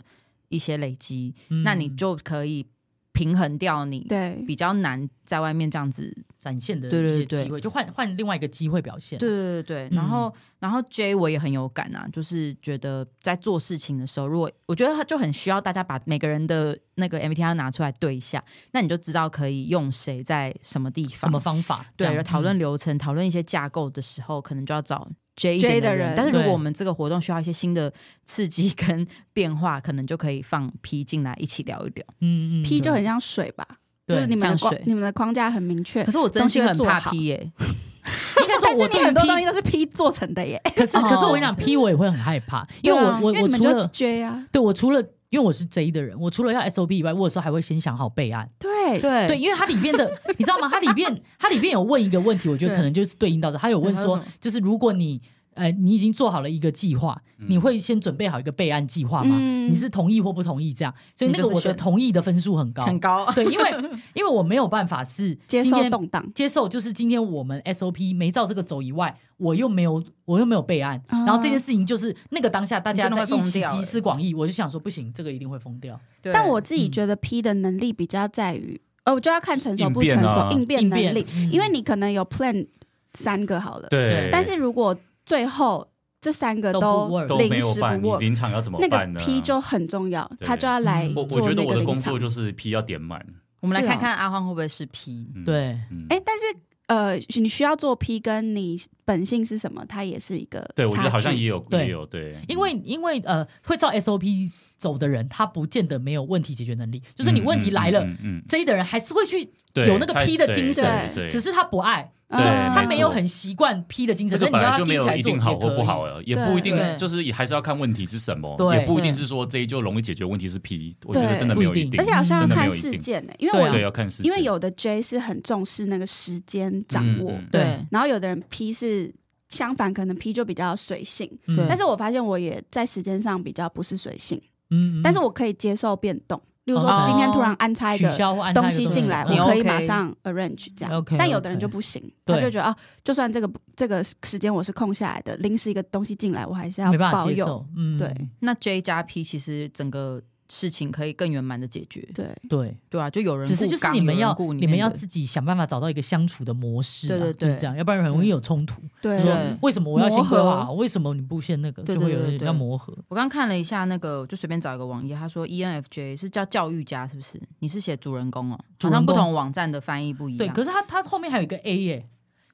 [SPEAKER 1] 一些累积，
[SPEAKER 2] 嗯
[SPEAKER 1] 那你就可以平衡掉你
[SPEAKER 4] 对，
[SPEAKER 1] 比较难在外面这样子。
[SPEAKER 2] 展现的
[SPEAKER 1] 对对
[SPEAKER 2] 一些
[SPEAKER 1] 对
[SPEAKER 2] 机会，就换换另外一个机会表现。
[SPEAKER 1] 对对对
[SPEAKER 2] 嗯
[SPEAKER 1] 对，然后、然后 J 我也很有感啊，就是觉得在做事情的时候，如果我觉得他就很需要大家把每个人的那个 MBTI 拿出来对一下，那你就知道可以用谁在什么地
[SPEAKER 2] 什
[SPEAKER 1] 方
[SPEAKER 2] 么。方法？这
[SPEAKER 1] 对，
[SPEAKER 2] 样
[SPEAKER 1] 讨论
[SPEAKER 2] 嗯
[SPEAKER 1] 流程、讨论一些架构的时候，可能就要找 J 一
[SPEAKER 4] J
[SPEAKER 1] 点
[SPEAKER 4] 的
[SPEAKER 1] 的
[SPEAKER 4] 人
[SPEAKER 1] 人。但是如
[SPEAKER 2] 对
[SPEAKER 1] 果我们这个活动需要一些新的刺激跟变化，可能就可以放 P 进来一起聊一聊。
[SPEAKER 2] 嗯嗯
[SPEAKER 4] P 就
[SPEAKER 2] 对
[SPEAKER 4] 很像水吧，就
[SPEAKER 2] 对
[SPEAKER 4] 是你们的
[SPEAKER 1] 像
[SPEAKER 4] 框
[SPEAKER 1] 水
[SPEAKER 4] 你们的框架很明确
[SPEAKER 1] 可，是我真心很
[SPEAKER 4] 东西会
[SPEAKER 1] 怕
[SPEAKER 4] 做好
[SPEAKER 1] P 耶、
[SPEAKER 2] 应该说
[SPEAKER 4] 但
[SPEAKER 2] 我
[SPEAKER 4] 是
[SPEAKER 2] 对
[SPEAKER 4] 你
[SPEAKER 2] 于
[SPEAKER 4] 很多
[SPEAKER 2] P-
[SPEAKER 4] 东西都是 P 做成的耶，
[SPEAKER 2] 可是可是我跟你
[SPEAKER 1] 哦
[SPEAKER 2] 讲，P 我也会很害怕， 因为
[SPEAKER 1] 对
[SPEAKER 2] 我
[SPEAKER 1] 啊
[SPEAKER 2] 我
[SPEAKER 4] 因为
[SPEAKER 2] 我
[SPEAKER 4] 你们
[SPEAKER 2] 除
[SPEAKER 4] 就
[SPEAKER 2] 了
[SPEAKER 4] 是 J 啊，
[SPEAKER 2] 对我除了因为我是 J 的人，我除了要 SOP 以外，我有时候还会先想好备案。
[SPEAKER 4] 对
[SPEAKER 1] 对
[SPEAKER 2] 对，因为它里面的你知道吗？它里面它里面有问一个问题，我觉得
[SPEAKER 1] 对
[SPEAKER 2] 可能就是对应到这，他有问
[SPEAKER 1] 对它说
[SPEAKER 2] 说
[SPEAKER 1] 什么，
[SPEAKER 2] 就是如果你呃你已经做好了一个计划，
[SPEAKER 1] 嗯
[SPEAKER 2] 你会先准备好一个备案计划吗？
[SPEAKER 4] 嗯
[SPEAKER 2] 你是同意或不同意这样？所以那
[SPEAKER 1] 你
[SPEAKER 2] 个
[SPEAKER 1] 就是
[SPEAKER 2] 我的
[SPEAKER 1] 选
[SPEAKER 2] 同意的分数很高，
[SPEAKER 1] 很高。
[SPEAKER 2] 对，因为因为我没有办法是
[SPEAKER 4] 接
[SPEAKER 2] 今
[SPEAKER 4] 受
[SPEAKER 2] 天
[SPEAKER 4] 动荡，
[SPEAKER 2] 接受，就是今天我们 SOP 没照这个走以外，我又没有我又没有备案，
[SPEAKER 4] 啊
[SPEAKER 2] 然后这件事情就是那个当下大家
[SPEAKER 1] 你真
[SPEAKER 2] 在
[SPEAKER 1] 的会
[SPEAKER 2] 一
[SPEAKER 1] 疯
[SPEAKER 2] 起
[SPEAKER 1] 掉
[SPEAKER 2] 集
[SPEAKER 1] 欸
[SPEAKER 2] 思广益，我就想说不行，这个一定会疯掉。
[SPEAKER 1] 对
[SPEAKER 4] 哦 但我自己
[SPEAKER 2] 嗯
[SPEAKER 4] 觉得 P 的能力比较在于，呃，我就要看成熟
[SPEAKER 3] 应
[SPEAKER 4] 不
[SPEAKER 3] 变
[SPEAKER 4] 成熟
[SPEAKER 3] 啊，
[SPEAKER 4] 应变
[SPEAKER 2] 应
[SPEAKER 4] 能
[SPEAKER 2] 变
[SPEAKER 4] 力，
[SPEAKER 2] 嗯
[SPEAKER 4] 因为你可能有 plan 三个好了，
[SPEAKER 3] 对
[SPEAKER 2] 对，
[SPEAKER 4] 但是如果最后这三个
[SPEAKER 2] 都不 work
[SPEAKER 3] 都没
[SPEAKER 4] 临
[SPEAKER 3] 有
[SPEAKER 4] 时
[SPEAKER 3] 办，
[SPEAKER 4] 不
[SPEAKER 3] 你
[SPEAKER 4] work，
[SPEAKER 3] 临场要怎么
[SPEAKER 4] 那个
[SPEAKER 3] 办呢？
[SPEAKER 4] P 就很重要，
[SPEAKER 3] 对
[SPEAKER 4] 他就要来
[SPEAKER 2] 嗯
[SPEAKER 3] 我
[SPEAKER 4] 做
[SPEAKER 3] 我觉得
[SPEAKER 4] 那
[SPEAKER 3] 我
[SPEAKER 4] 个
[SPEAKER 3] 的
[SPEAKER 4] 临
[SPEAKER 3] 工
[SPEAKER 4] 场
[SPEAKER 3] 作。就是 P 要点满。
[SPEAKER 1] 我们来
[SPEAKER 4] 是哦
[SPEAKER 1] 看看阿欢会不会是 P。
[SPEAKER 3] 嗯，
[SPEAKER 2] 对，
[SPEAKER 3] 嗯
[SPEAKER 4] 哎，但是呃，你需要做 P 跟你本性是什么，它也是一个
[SPEAKER 3] 对我觉
[SPEAKER 4] 差
[SPEAKER 3] 得好像
[SPEAKER 4] 距
[SPEAKER 3] 也有
[SPEAKER 2] 对
[SPEAKER 3] 也有对，
[SPEAKER 2] 因为因为呃，会照 SOP 走的人，他不见得没有问题解决能力，就是你问题来了。
[SPEAKER 3] 嗯嗯嗯嗯
[SPEAKER 2] 这一的人还是会去，
[SPEAKER 3] 对
[SPEAKER 2] 有那个 P 的
[SPEAKER 3] 对
[SPEAKER 2] 精
[SPEAKER 4] 神
[SPEAKER 3] 对对
[SPEAKER 2] 只是他不爱，
[SPEAKER 4] 嗯
[SPEAKER 3] 对
[SPEAKER 2] 他
[SPEAKER 3] 没
[SPEAKER 2] 没有
[SPEAKER 3] 错
[SPEAKER 2] 很习惯 P 的精
[SPEAKER 3] 这
[SPEAKER 2] 神。
[SPEAKER 3] 个
[SPEAKER 2] 但
[SPEAKER 3] 本
[SPEAKER 2] 你
[SPEAKER 3] 来
[SPEAKER 2] 要
[SPEAKER 3] 就
[SPEAKER 2] 他听起
[SPEAKER 3] 没有
[SPEAKER 2] 来
[SPEAKER 3] 一
[SPEAKER 2] 做
[SPEAKER 3] 定好
[SPEAKER 2] 也
[SPEAKER 3] 或
[SPEAKER 2] 可
[SPEAKER 3] 不
[SPEAKER 2] 以
[SPEAKER 3] 好了，也
[SPEAKER 4] 对
[SPEAKER 3] 不一定
[SPEAKER 1] 对，
[SPEAKER 3] 就是也还是要看问题是什么，
[SPEAKER 2] 对
[SPEAKER 3] 也不一定是说这一就容易解决问题是 P，我觉得
[SPEAKER 4] 对
[SPEAKER 3] 真的没有
[SPEAKER 2] 不一
[SPEAKER 3] 一
[SPEAKER 2] 定
[SPEAKER 3] 定，
[SPEAKER 4] 而且好像要
[SPEAKER 3] 真的没
[SPEAKER 4] 看
[SPEAKER 3] 有一
[SPEAKER 4] 事
[SPEAKER 3] 定
[SPEAKER 4] 件呢、因为
[SPEAKER 2] 对啊
[SPEAKER 4] 我
[SPEAKER 3] 对要看事情，
[SPEAKER 4] 因为有的 J 是很重视那个时间掌握，
[SPEAKER 3] 嗯嗯
[SPEAKER 1] 对
[SPEAKER 2] 对
[SPEAKER 4] 然后有的人 P 是相反，可能 P 就比较随性。
[SPEAKER 2] 嗯
[SPEAKER 1] 对
[SPEAKER 4] 但是我发现我也在时间上比较不是随性，
[SPEAKER 2] 嗯，嗯
[SPEAKER 4] 但是我可以接受变动。例如说
[SPEAKER 2] 哦，
[SPEAKER 4] 今天突然安插一
[SPEAKER 2] 取
[SPEAKER 4] 个
[SPEAKER 2] 消或按
[SPEAKER 4] 东
[SPEAKER 2] 下一
[SPEAKER 4] 西
[SPEAKER 2] 个
[SPEAKER 4] 进来，
[SPEAKER 1] 你
[SPEAKER 4] 我可以
[SPEAKER 1] OK
[SPEAKER 4] 马上 arrange 这样
[SPEAKER 2] OK，OK。
[SPEAKER 4] 但有的人就不行，他
[SPEAKER 2] 对
[SPEAKER 4] 就觉得啊，就算这个这个时间我是空下来的，临时一个东西进来，我还是要
[SPEAKER 2] 没办法
[SPEAKER 4] 保
[SPEAKER 2] 接
[SPEAKER 4] 有。
[SPEAKER 2] 受，嗯，
[SPEAKER 4] 对
[SPEAKER 1] 那 J 加 P 其实整个事情可以更圆满的解决，
[SPEAKER 4] 对，
[SPEAKER 2] 对，
[SPEAKER 1] 对啊，就有人
[SPEAKER 2] 只是就是
[SPEAKER 1] 顾
[SPEAKER 2] 你们
[SPEAKER 1] 刚有
[SPEAKER 2] 要
[SPEAKER 1] 人顾
[SPEAKER 2] 你
[SPEAKER 1] 面
[SPEAKER 2] 们
[SPEAKER 1] 的
[SPEAKER 2] 要自己想办法找到一个相处的模式啊，
[SPEAKER 1] 对对
[SPEAKER 2] 就是
[SPEAKER 1] 对
[SPEAKER 2] 这样，要不然很容易有冲突。
[SPEAKER 4] 对
[SPEAKER 2] 说
[SPEAKER 1] 对
[SPEAKER 2] 为什么我要先规
[SPEAKER 4] 磨
[SPEAKER 2] 划
[SPEAKER 4] 合
[SPEAKER 2] 好？为什么你不先那个？
[SPEAKER 1] 对
[SPEAKER 2] 就
[SPEAKER 1] 对
[SPEAKER 2] 会有
[SPEAKER 1] 对
[SPEAKER 2] 人
[SPEAKER 1] 对
[SPEAKER 2] 要磨合。
[SPEAKER 1] 我刚看了一下那个，我就随便找一个网页，他说 E ENFJ 是叫教育家，是不是？你是写主人公哦，
[SPEAKER 2] 主
[SPEAKER 1] 好像
[SPEAKER 2] 人公
[SPEAKER 1] 不同网站的翻译不一
[SPEAKER 2] 对，
[SPEAKER 1] 样。
[SPEAKER 2] 可是他他后面还有一个 A 耶，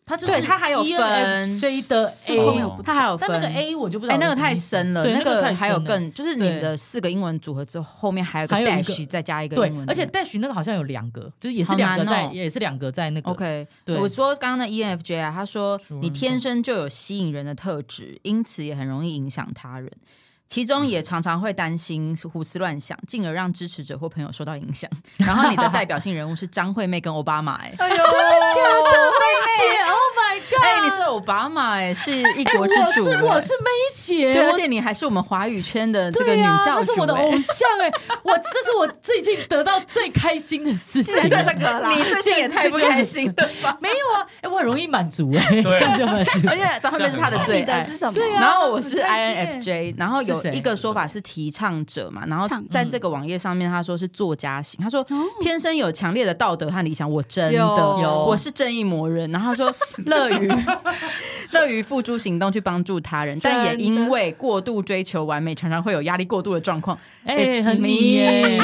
[SPEAKER 2] 他就是
[SPEAKER 1] 对他还有
[SPEAKER 2] ENFJ 的
[SPEAKER 4] 这个后面
[SPEAKER 2] A，
[SPEAKER 4] 我不知
[SPEAKER 1] 它哦还有分
[SPEAKER 2] 但那个 A 我就不知道
[SPEAKER 1] 哎，
[SPEAKER 2] 是什么意思。
[SPEAKER 1] 那个太深了，
[SPEAKER 2] 对，
[SPEAKER 1] 那
[SPEAKER 2] 那个太
[SPEAKER 1] 个
[SPEAKER 2] 深
[SPEAKER 1] 还有
[SPEAKER 2] 了
[SPEAKER 1] 更，就是你
[SPEAKER 2] 对
[SPEAKER 1] 的四个英文组合之后，后面还有个
[SPEAKER 2] 还有一个
[SPEAKER 1] dash 再加一个英
[SPEAKER 2] 对
[SPEAKER 1] 文，的，
[SPEAKER 2] 而且 Dash 那个好像有两个，就是也是
[SPEAKER 1] 好
[SPEAKER 2] 两个
[SPEAKER 1] 难
[SPEAKER 2] 在，
[SPEAKER 1] 哦
[SPEAKER 2] 也是两个在那个。
[SPEAKER 1] OK，
[SPEAKER 2] 对
[SPEAKER 1] 我说刚刚的 ENFJ 啊，他说
[SPEAKER 2] 主人公，
[SPEAKER 1] 你天生就有吸引人的特质，因此也很容易影响他人。其中也常常会担心胡思乱想，进而让支持者或朋友受到影响。 然后你的代表性人物是张惠妹跟奥巴马、哎
[SPEAKER 2] 哎呦，真的假的，妹姐？Oh my god！
[SPEAKER 1] 哎、你是奥巴马、哎，是一
[SPEAKER 2] 哎
[SPEAKER 1] 国之
[SPEAKER 2] 我
[SPEAKER 1] 主、
[SPEAKER 2] 是
[SPEAKER 1] 哎
[SPEAKER 2] 我是梅姐，
[SPEAKER 1] 对，
[SPEAKER 2] 我
[SPEAKER 1] 而且你还是我们华语圈的这个
[SPEAKER 2] 对
[SPEAKER 1] 女
[SPEAKER 2] 呀，
[SPEAKER 1] 教
[SPEAKER 2] 这
[SPEAKER 1] 主、
[SPEAKER 2] 是我的
[SPEAKER 1] 哎
[SPEAKER 2] 偶像哎、 我这是我最近得到最开心的事情。
[SPEAKER 4] 竟然
[SPEAKER 1] 啊
[SPEAKER 4] 是这个啦
[SPEAKER 1] 你最近也太不开心 了吧？
[SPEAKER 2] 没有啊，哎、我很容易满足哎、这样就满足。
[SPEAKER 1] 而且张惠妹是他的最
[SPEAKER 4] 你
[SPEAKER 1] 爱
[SPEAKER 4] 的，是什么？
[SPEAKER 2] 对啊
[SPEAKER 1] 然后我是
[SPEAKER 2] 很开
[SPEAKER 1] INFJ，然后有
[SPEAKER 2] 是谁
[SPEAKER 1] 一个说法是提倡者嘛，然后
[SPEAKER 4] 唱
[SPEAKER 2] 嗯
[SPEAKER 1] 在这个网页上面他说是作家型，他说
[SPEAKER 4] 哦
[SPEAKER 1] 天生有强烈的道德和理想，我真的
[SPEAKER 4] 有
[SPEAKER 1] 我是正义魔人，然后他说乐于 乐于付诸行动去帮助他人，但也
[SPEAKER 4] 真的
[SPEAKER 1] 因为过度追求完美，常常会有压力过度的状况。
[SPEAKER 2] 哎，
[SPEAKER 1] It's
[SPEAKER 2] 很
[SPEAKER 1] me
[SPEAKER 2] 你耶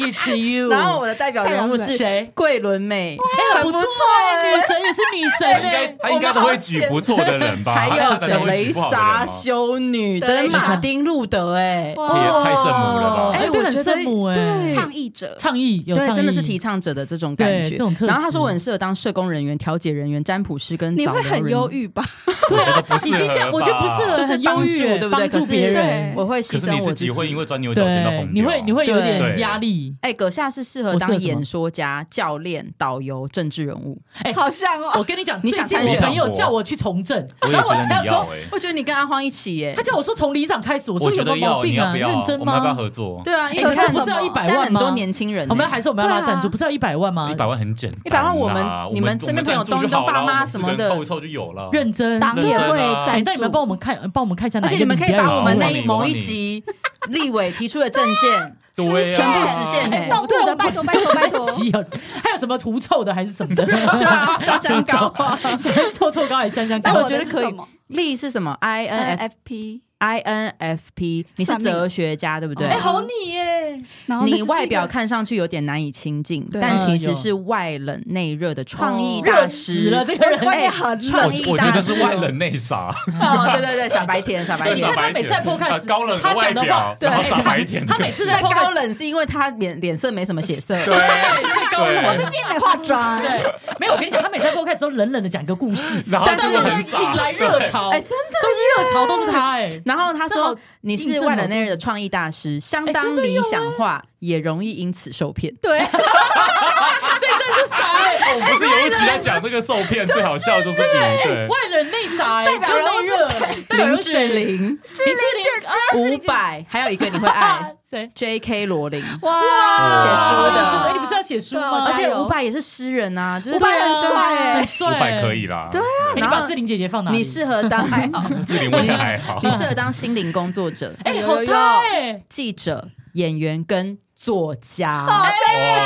[SPEAKER 2] ，It's you。
[SPEAKER 1] 然后我的代表人物是
[SPEAKER 2] 谁？
[SPEAKER 1] 桂纶镁，
[SPEAKER 2] 哎，很
[SPEAKER 1] 很
[SPEAKER 2] 不
[SPEAKER 1] 不
[SPEAKER 2] 错
[SPEAKER 1] 错
[SPEAKER 2] 哎，
[SPEAKER 1] 哎
[SPEAKER 2] 女神也是女神
[SPEAKER 3] 他应该
[SPEAKER 2] 哎。
[SPEAKER 3] 他应该都会举不错的人吧？
[SPEAKER 1] 还
[SPEAKER 3] 他
[SPEAKER 1] 有
[SPEAKER 3] 可能
[SPEAKER 1] 谁？
[SPEAKER 3] 会
[SPEAKER 1] 雷
[SPEAKER 3] 举不好的人
[SPEAKER 1] 莎
[SPEAKER 3] 吗
[SPEAKER 1] 修女
[SPEAKER 4] 对
[SPEAKER 1] 跟马丁路德，哎，
[SPEAKER 4] 哇
[SPEAKER 3] 也太圣母了吧
[SPEAKER 2] 哎，
[SPEAKER 1] 哎
[SPEAKER 2] 对，
[SPEAKER 1] 我
[SPEAKER 2] 很
[SPEAKER 1] 觉得
[SPEAKER 2] 圣母哎，
[SPEAKER 1] 对
[SPEAKER 4] 倡议者，
[SPEAKER 2] 倡议有倡
[SPEAKER 1] 对，
[SPEAKER 2] 议，
[SPEAKER 1] 真的是提倡者的这种
[SPEAKER 2] 对
[SPEAKER 1] 感觉
[SPEAKER 2] 这。种特质。
[SPEAKER 1] 然后他说我很适合当社工人员、调解人员、占卜师跟
[SPEAKER 4] 你
[SPEAKER 1] 早
[SPEAKER 4] 会
[SPEAKER 1] 疗
[SPEAKER 4] 很
[SPEAKER 1] 人
[SPEAKER 4] 忧
[SPEAKER 1] 员。
[SPEAKER 4] 郁吧？
[SPEAKER 3] 我觉得不
[SPEAKER 2] 啊已
[SPEAKER 3] 适合
[SPEAKER 2] 经这样，我觉得不适合，
[SPEAKER 3] 吧
[SPEAKER 1] 就是
[SPEAKER 2] 很忧郁欸
[SPEAKER 1] 帮助，对不对
[SPEAKER 2] 帮助
[SPEAKER 1] 可是
[SPEAKER 2] 别人，
[SPEAKER 4] 对
[SPEAKER 1] 我会
[SPEAKER 3] 可
[SPEAKER 1] 牺
[SPEAKER 3] 是
[SPEAKER 1] 牲
[SPEAKER 3] 你
[SPEAKER 1] 我
[SPEAKER 3] 自己会因为钻牛角啊尖到
[SPEAKER 2] 对
[SPEAKER 3] 疯，
[SPEAKER 2] 你会你会有点
[SPEAKER 3] 对
[SPEAKER 2] 压力。
[SPEAKER 1] 哎，葛夏是适合
[SPEAKER 2] 我适合
[SPEAKER 1] 当
[SPEAKER 2] 什么
[SPEAKER 1] 演说家、教练、导游、政治人物。
[SPEAKER 4] 好像
[SPEAKER 2] 哎我
[SPEAKER 4] 哦，
[SPEAKER 2] 跟你讲，
[SPEAKER 1] 你
[SPEAKER 2] 最
[SPEAKER 1] 想
[SPEAKER 2] 近
[SPEAKER 1] 参
[SPEAKER 2] 我
[SPEAKER 1] 选
[SPEAKER 2] 朋友叫我去从政，
[SPEAKER 3] 我也
[SPEAKER 2] 然后
[SPEAKER 3] 觉
[SPEAKER 2] 我
[SPEAKER 3] 得
[SPEAKER 2] 想
[SPEAKER 3] 你
[SPEAKER 2] 说
[SPEAKER 3] 要，哎，
[SPEAKER 1] 我觉得你跟阿荒一起耶
[SPEAKER 2] 他，叫我说从里长开始，我说
[SPEAKER 3] 我
[SPEAKER 2] 有
[SPEAKER 3] 觉
[SPEAKER 2] 没有
[SPEAKER 3] 得
[SPEAKER 2] 毛
[SPEAKER 3] 要，你
[SPEAKER 2] 病
[SPEAKER 3] 要
[SPEAKER 2] 啊？
[SPEAKER 3] 不要？
[SPEAKER 2] 认真
[SPEAKER 3] 我们要不要
[SPEAKER 2] 吗？
[SPEAKER 3] 合作？
[SPEAKER 1] 对啊，
[SPEAKER 2] 哎
[SPEAKER 1] 因为
[SPEAKER 2] 你看
[SPEAKER 1] 看
[SPEAKER 2] 不是要
[SPEAKER 1] 什么
[SPEAKER 2] 100
[SPEAKER 1] 现在
[SPEAKER 2] 万
[SPEAKER 1] 很多
[SPEAKER 2] 吗
[SPEAKER 1] 年轻人呢，
[SPEAKER 2] 我们还是我们要拉赞助，
[SPEAKER 4] 对啊
[SPEAKER 2] 不是要一百万吗
[SPEAKER 3] 一？百万很简单啊，
[SPEAKER 1] 100万我们
[SPEAKER 3] 我
[SPEAKER 1] 你们身边朋友
[SPEAKER 3] 赞助就
[SPEAKER 1] 东东
[SPEAKER 3] 好啦
[SPEAKER 1] 爸妈
[SPEAKER 3] 我们
[SPEAKER 1] 什么
[SPEAKER 3] 四个
[SPEAKER 1] 的
[SPEAKER 3] 人凑一凑就有了。
[SPEAKER 2] 认真，
[SPEAKER 4] 党
[SPEAKER 2] 哎
[SPEAKER 4] 也会
[SPEAKER 3] 赞
[SPEAKER 4] 赞
[SPEAKER 2] 那你们帮我们看，帮我们看一下哪
[SPEAKER 1] 而
[SPEAKER 2] 一个
[SPEAKER 1] 且
[SPEAKER 2] 比
[SPEAKER 1] 你
[SPEAKER 2] 较有啊
[SPEAKER 1] 们可以把我
[SPEAKER 2] 希望，
[SPEAKER 1] 们那
[SPEAKER 3] 我帮
[SPEAKER 1] 一
[SPEAKER 3] 你
[SPEAKER 1] 某
[SPEAKER 3] 我帮
[SPEAKER 1] 一
[SPEAKER 3] 你
[SPEAKER 1] 集立委提出的证件
[SPEAKER 3] 对啊，
[SPEAKER 1] 全部实现哎
[SPEAKER 4] 动
[SPEAKER 2] 啊
[SPEAKER 4] 物的，拜托拜托拜托，
[SPEAKER 2] 希望 还有什么除臭的还是 什么的，
[SPEAKER 1] 香香膏啊，
[SPEAKER 2] 臭臭膏还是香香
[SPEAKER 1] 但
[SPEAKER 2] 膏
[SPEAKER 1] 我？觉得可以力是什么？I N
[SPEAKER 4] 哎
[SPEAKER 1] F
[SPEAKER 4] NFP，
[SPEAKER 1] I N F P，你是
[SPEAKER 4] 算命
[SPEAKER 1] 哲学家对不对
[SPEAKER 2] 哎，？好你耶！
[SPEAKER 4] 然后那
[SPEAKER 1] 你
[SPEAKER 4] 个是
[SPEAKER 1] 外
[SPEAKER 4] 一个
[SPEAKER 1] 表看上去有点难以亲近，
[SPEAKER 4] 对
[SPEAKER 1] 但其
[SPEAKER 2] 嗯
[SPEAKER 1] 实
[SPEAKER 2] 有
[SPEAKER 1] 是外冷内热的创意
[SPEAKER 2] 哦
[SPEAKER 1] 大
[SPEAKER 2] 热死
[SPEAKER 1] 师哎
[SPEAKER 2] 了，这个 人。
[SPEAKER 4] 外面很
[SPEAKER 3] 我
[SPEAKER 1] 创
[SPEAKER 4] 冷，
[SPEAKER 1] 意
[SPEAKER 3] 我觉
[SPEAKER 1] 大
[SPEAKER 3] 得
[SPEAKER 1] 师
[SPEAKER 3] 是外冷内傻，
[SPEAKER 1] 哦，对对对，小白甜，小白
[SPEAKER 2] 哎你
[SPEAKER 1] 甜
[SPEAKER 2] 看。他每次在 podcast，
[SPEAKER 3] 呃高冷
[SPEAKER 2] 他
[SPEAKER 3] 的
[SPEAKER 2] 讲
[SPEAKER 3] 外
[SPEAKER 2] 的话
[SPEAKER 3] 表，，然后傻白甜，
[SPEAKER 2] 他每次在
[SPEAKER 1] 但
[SPEAKER 2] podcast 哎
[SPEAKER 1] 高冷是因为他脸脸色没什么血色，
[SPEAKER 3] 对，
[SPEAKER 2] 最高冷
[SPEAKER 3] 对
[SPEAKER 4] 我是进来化妆，
[SPEAKER 2] 对，没有，我跟你讲，他每次在 podcast 都冷冷的讲一个故 事，
[SPEAKER 3] 然后
[SPEAKER 1] 但是
[SPEAKER 3] 就很
[SPEAKER 2] 引
[SPEAKER 3] 傻，
[SPEAKER 2] 来热潮，
[SPEAKER 1] 哎，
[SPEAKER 2] 都
[SPEAKER 1] 真
[SPEAKER 2] 是
[SPEAKER 1] 的。
[SPEAKER 2] 热潮，都是他哎。
[SPEAKER 1] 然后他
[SPEAKER 2] 这好
[SPEAKER 1] 说：“你
[SPEAKER 2] 印
[SPEAKER 1] 是
[SPEAKER 2] 证
[SPEAKER 1] 外
[SPEAKER 2] 好
[SPEAKER 1] 冷内
[SPEAKER 2] 多
[SPEAKER 1] 热的创意大师，相
[SPEAKER 2] 哎真
[SPEAKER 1] 当
[SPEAKER 2] 的
[SPEAKER 1] 理
[SPEAKER 2] 有
[SPEAKER 1] 想化，也容易因此受骗。
[SPEAKER 4] 对，
[SPEAKER 2] 啊所以这是傻哎，
[SPEAKER 3] 我们哦不是有一集在讲那个受骗最好笑就是你，对，
[SPEAKER 2] 外冷内傻哎，
[SPEAKER 4] 代表人物是
[SPEAKER 2] 热， 代表人
[SPEAKER 1] 林
[SPEAKER 2] 物是
[SPEAKER 1] 志
[SPEAKER 2] 谁
[SPEAKER 1] 玲、
[SPEAKER 2] 林志玲啊，啊
[SPEAKER 1] 伍佰，还有一个你会 爱
[SPEAKER 2] 谁？
[SPEAKER 1] J.K. 罗琳，
[SPEAKER 4] 哇
[SPEAKER 1] 写书
[SPEAKER 2] 哦
[SPEAKER 1] 的啊
[SPEAKER 2] 是哎，你不是要写书吗？
[SPEAKER 1] 而且
[SPEAKER 4] 加油
[SPEAKER 1] 伍佰也是诗人啊，就是
[SPEAKER 4] 伍佰很
[SPEAKER 1] 对啊
[SPEAKER 4] 帅哎
[SPEAKER 2] 很
[SPEAKER 3] 五
[SPEAKER 2] 帅，哎
[SPEAKER 3] 百可以。啦，对
[SPEAKER 2] 你
[SPEAKER 1] 然
[SPEAKER 2] 把
[SPEAKER 1] 后
[SPEAKER 2] 志玲姐姐放哪里？
[SPEAKER 1] 你适合当还好，
[SPEAKER 3] 志玲我也还好
[SPEAKER 1] 你，适合当心灵工作 者、
[SPEAKER 2] 哎，
[SPEAKER 4] 有
[SPEAKER 2] 好
[SPEAKER 4] 有
[SPEAKER 2] 搭哎！
[SPEAKER 1] 记者、演员跟作家。
[SPEAKER 3] 哎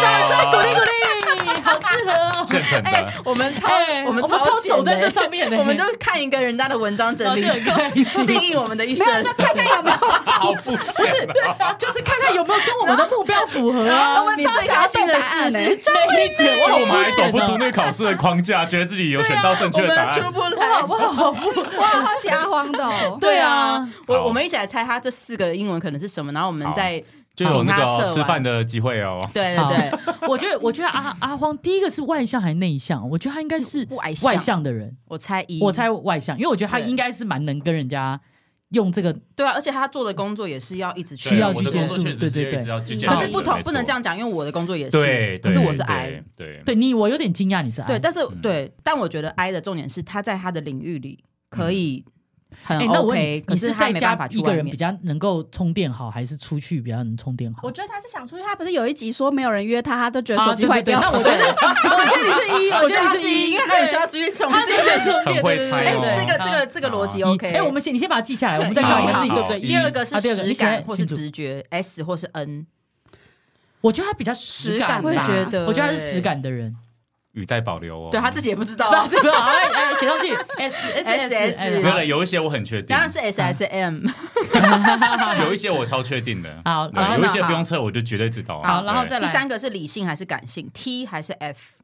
[SPEAKER 2] 掌声
[SPEAKER 3] 哇
[SPEAKER 2] 鼓励鼓励，好适合哦。
[SPEAKER 3] 现成的，
[SPEAKER 1] 我们超
[SPEAKER 2] 哎
[SPEAKER 1] 我们
[SPEAKER 2] 我们超
[SPEAKER 1] 前
[SPEAKER 2] 走在
[SPEAKER 1] 的欸
[SPEAKER 2] 这上面的
[SPEAKER 1] 我们就看一个人家的文章整理
[SPEAKER 2] 然后就很开，心
[SPEAKER 1] 定义我们的一
[SPEAKER 4] 没
[SPEAKER 1] 生。
[SPEAKER 4] 有就看看有没有，
[SPEAKER 3] 好肤浅啊，
[SPEAKER 2] 就是看看有没有跟我们的目标符合啊
[SPEAKER 4] 我。们
[SPEAKER 1] 你
[SPEAKER 4] 超
[SPEAKER 1] 最
[SPEAKER 4] 想
[SPEAKER 1] 开
[SPEAKER 4] 要
[SPEAKER 1] 心
[SPEAKER 4] 对
[SPEAKER 1] 的
[SPEAKER 4] 答案
[SPEAKER 1] 事
[SPEAKER 4] 呢。
[SPEAKER 1] 是，
[SPEAKER 2] 对一点，
[SPEAKER 3] 就
[SPEAKER 2] 我
[SPEAKER 3] 我们还走不出
[SPEAKER 2] 好
[SPEAKER 3] 那个考试的框架，觉得自己有选到正
[SPEAKER 1] 啊我
[SPEAKER 3] 确的答
[SPEAKER 1] 们出
[SPEAKER 3] 案，
[SPEAKER 1] 不来。
[SPEAKER 2] 不好不好。
[SPEAKER 4] 我好好奇阿荒的哦，
[SPEAKER 2] 对啊，
[SPEAKER 3] 好
[SPEAKER 1] 我我们一起来猜他这四个英文可能是什么，然后我们
[SPEAKER 3] 好
[SPEAKER 1] 再
[SPEAKER 3] 就有那
[SPEAKER 1] 请他测
[SPEAKER 3] 个
[SPEAKER 1] 完
[SPEAKER 3] 吃饭的机会哦。
[SPEAKER 1] 对对对，
[SPEAKER 2] 我觉得我觉得阿阿荒第一个是外向还是内向？我觉得他应该是
[SPEAKER 1] 外向
[SPEAKER 2] 外向的人，
[SPEAKER 1] 我猜一，
[SPEAKER 2] 我猜外向，因为我觉得他
[SPEAKER 1] 对
[SPEAKER 2] 应该是蛮能跟人家用这个
[SPEAKER 1] 对啊，而且他做的工作也是要一直去
[SPEAKER 2] 需要
[SPEAKER 3] 对我
[SPEAKER 2] 去
[SPEAKER 3] 的
[SPEAKER 2] 接
[SPEAKER 3] 工
[SPEAKER 2] 触
[SPEAKER 3] 作确实
[SPEAKER 2] 对对
[SPEAKER 3] 是一
[SPEAKER 2] 对
[SPEAKER 3] 直要去接触
[SPEAKER 1] 可
[SPEAKER 3] 的，
[SPEAKER 1] 是不同
[SPEAKER 3] 没错
[SPEAKER 1] 不能这样讲，因为我的工作也是，
[SPEAKER 3] 对，
[SPEAKER 1] 可
[SPEAKER 3] 对
[SPEAKER 1] 是我是 I，
[SPEAKER 3] 对对
[SPEAKER 2] 对你，我有点惊讶你是 I，
[SPEAKER 1] 对，但是、
[SPEAKER 3] 嗯
[SPEAKER 1] 对，但我觉得 I 的重点是他在他的领域里
[SPEAKER 2] 嗯
[SPEAKER 1] 可以很
[SPEAKER 2] 哎、那我问
[SPEAKER 1] OK，、
[SPEAKER 2] 你，
[SPEAKER 1] 可
[SPEAKER 2] 你
[SPEAKER 1] 是
[SPEAKER 2] 是
[SPEAKER 1] 他
[SPEAKER 2] 在
[SPEAKER 1] 没
[SPEAKER 2] 家
[SPEAKER 1] 办法去
[SPEAKER 2] 一个
[SPEAKER 1] 外
[SPEAKER 2] 人
[SPEAKER 1] 面
[SPEAKER 2] 比。较能够充电好，还是出去比较能充电好？
[SPEAKER 4] 我觉得他是想出去，他不是有一集说没有人约他，他都觉得手机
[SPEAKER 2] 啊
[SPEAKER 4] 坏
[SPEAKER 2] 对对对
[SPEAKER 4] 掉。
[SPEAKER 2] 那我觉 得， 我觉得你是一，
[SPEAKER 1] 我
[SPEAKER 2] 我
[SPEAKER 1] 觉得他
[SPEAKER 2] 你
[SPEAKER 1] 是
[SPEAKER 2] 是
[SPEAKER 1] 一，因为他
[SPEAKER 2] 对
[SPEAKER 1] 很需要出去充
[SPEAKER 2] 他
[SPEAKER 1] 电。
[SPEAKER 2] 就是充电，
[SPEAKER 3] 很会猜
[SPEAKER 1] 哎、
[SPEAKER 3] 哦
[SPEAKER 1] 这个这个这个逻辑 OK。
[SPEAKER 2] 哎、我们先你先把它记下来，我们再看我们自己对不对？
[SPEAKER 3] 好
[SPEAKER 2] 一
[SPEAKER 1] 第二个是
[SPEAKER 2] 啊第二个
[SPEAKER 1] 实
[SPEAKER 2] 你写在
[SPEAKER 1] 感或是
[SPEAKER 2] 清楚
[SPEAKER 1] 直觉，S 或是 N，
[SPEAKER 2] 我觉得他比较实感吧，
[SPEAKER 1] 我也觉得
[SPEAKER 2] 我觉得他是实感的人。
[SPEAKER 3] 语带保留哦。
[SPEAKER 1] 对他自己也不知道
[SPEAKER 2] 不要
[SPEAKER 1] 啊。
[SPEAKER 2] 这个，哎哎，写上去 ，S S
[SPEAKER 1] SS
[SPEAKER 3] 没有
[SPEAKER 2] 哎
[SPEAKER 3] 了，有一些我很确定
[SPEAKER 1] 当，然是 S S M，
[SPEAKER 3] 有一些我超确定
[SPEAKER 1] 啊
[SPEAKER 3] 的。
[SPEAKER 2] 好，
[SPEAKER 3] 对
[SPEAKER 2] 然后
[SPEAKER 3] 有一
[SPEAKER 2] 呢？
[SPEAKER 3] 些不用哎测，我哦就绝对知道。啊
[SPEAKER 2] 好，然后
[SPEAKER 3] 对
[SPEAKER 2] 再
[SPEAKER 1] 第
[SPEAKER 2] 来
[SPEAKER 1] 三，个是理性还是感性？T 还是 F？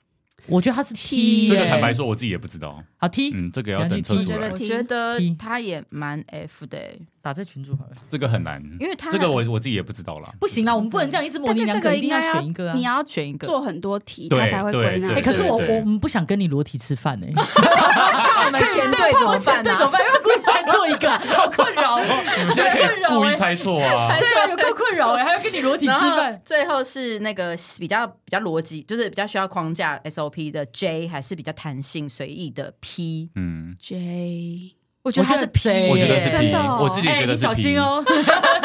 [SPEAKER 2] 我觉得他是 T，
[SPEAKER 3] 这个坦白
[SPEAKER 2] 说，
[SPEAKER 3] 说，我自己也不知道。
[SPEAKER 2] 好 T，
[SPEAKER 3] 嗯，这个要等测
[SPEAKER 2] 我
[SPEAKER 3] 出
[SPEAKER 4] 觉得
[SPEAKER 3] 来
[SPEAKER 1] 我，
[SPEAKER 4] T
[SPEAKER 1] 觉得
[SPEAKER 2] T
[SPEAKER 1] 他也蛮 F 的、欸，
[SPEAKER 2] 打在群主好了。
[SPEAKER 3] 这个很难，
[SPEAKER 1] 因为他
[SPEAKER 3] 这个我我自己也不知道啦。
[SPEAKER 2] 不行啦，我们不能这样一直模
[SPEAKER 4] 但
[SPEAKER 2] 棱
[SPEAKER 4] 是
[SPEAKER 2] 两
[SPEAKER 4] 这
[SPEAKER 2] 可，
[SPEAKER 4] 个
[SPEAKER 2] 一定
[SPEAKER 4] 应该
[SPEAKER 2] 选一个啊
[SPEAKER 4] 你。要
[SPEAKER 1] 选一个
[SPEAKER 4] 做很多题，
[SPEAKER 3] 对
[SPEAKER 4] 他才会归纳
[SPEAKER 3] 对
[SPEAKER 2] 哎、。可是我
[SPEAKER 3] 对对
[SPEAKER 2] 我我们不想跟你裸体吃饭 哎、
[SPEAKER 1] 那我们全队
[SPEAKER 2] 怕
[SPEAKER 1] 怎
[SPEAKER 2] 我
[SPEAKER 1] 么
[SPEAKER 2] 前
[SPEAKER 1] 办啊
[SPEAKER 2] 队
[SPEAKER 1] 呢、
[SPEAKER 2] 怎么办？要故意猜错一个，好困扰哦。
[SPEAKER 3] 你们现在可以故意 猜错
[SPEAKER 1] 欸
[SPEAKER 3] 啊！
[SPEAKER 2] 对啊，有够困扰哎、还要跟你裸体吃
[SPEAKER 1] 然后
[SPEAKER 2] 饭。
[SPEAKER 1] 最后是那个比较比较逻辑，就是比较需要框架 SOP 的 J，还是比较弹性随意的 P？
[SPEAKER 3] 嗯，
[SPEAKER 4] J，
[SPEAKER 1] 我觉得它
[SPEAKER 2] 我觉
[SPEAKER 1] 是
[SPEAKER 2] 得
[SPEAKER 1] P，
[SPEAKER 2] J
[SPEAKER 3] 我觉得是
[SPEAKER 4] 真
[SPEAKER 3] P，
[SPEAKER 4] 的哦
[SPEAKER 3] 我自己
[SPEAKER 2] 哎、
[SPEAKER 3] 觉
[SPEAKER 2] 你
[SPEAKER 3] 得是
[SPEAKER 2] 小
[SPEAKER 3] P。
[SPEAKER 2] 心哦！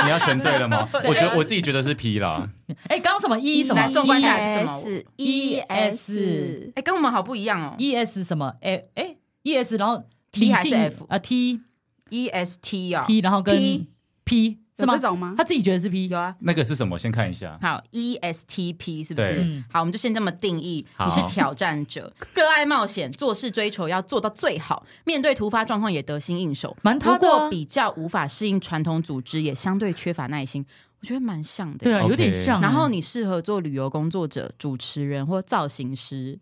[SPEAKER 3] 你要选对 了吗？我觉得我自己觉得是 P 啦。
[SPEAKER 2] 哎、刚刚什么 E 什
[SPEAKER 1] 来
[SPEAKER 2] 么
[SPEAKER 1] 纵观一下是什么
[SPEAKER 4] S
[SPEAKER 2] E
[SPEAKER 4] E
[SPEAKER 2] S
[SPEAKER 4] S，
[SPEAKER 1] 哎，跟我们好不一样哦。
[SPEAKER 2] E S 什么？哎、哎、e S 然后
[SPEAKER 1] T
[SPEAKER 2] 理
[SPEAKER 1] 还是
[SPEAKER 2] 性
[SPEAKER 1] F？
[SPEAKER 2] 啊 T
[SPEAKER 1] E S T 啊，
[SPEAKER 2] P 然后跟
[SPEAKER 4] P
[SPEAKER 2] P
[SPEAKER 4] 有
[SPEAKER 2] 是吗
[SPEAKER 4] 这种吗？
[SPEAKER 2] 他自己觉得是 P，
[SPEAKER 1] 有啊，
[SPEAKER 3] 那个是什么？先看一下。
[SPEAKER 1] 好，ESTP ，E 是不
[SPEAKER 3] 对
[SPEAKER 1] 是
[SPEAKER 2] 嗯？
[SPEAKER 1] 好，我们就先这么定义，
[SPEAKER 3] 好
[SPEAKER 1] 你是挑战者，热爱冒险，做事追求要做到最好，面对突发状况也得心应手。
[SPEAKER 2] 蛮
[SPEAKER 1] 不
[SPEAKER 2] 他的啊
[SPEAKER 1] 过比较无法适应传统组织，也相对缺乏耐心，我觉得蛮像的。
[SPEAKER 2] 对啊，有点
[SPEAKER 3] OK
[SPEAKER 2] 像。
[SPEAKER 1] 然后你适合做旅游工作者、主持人或造型师。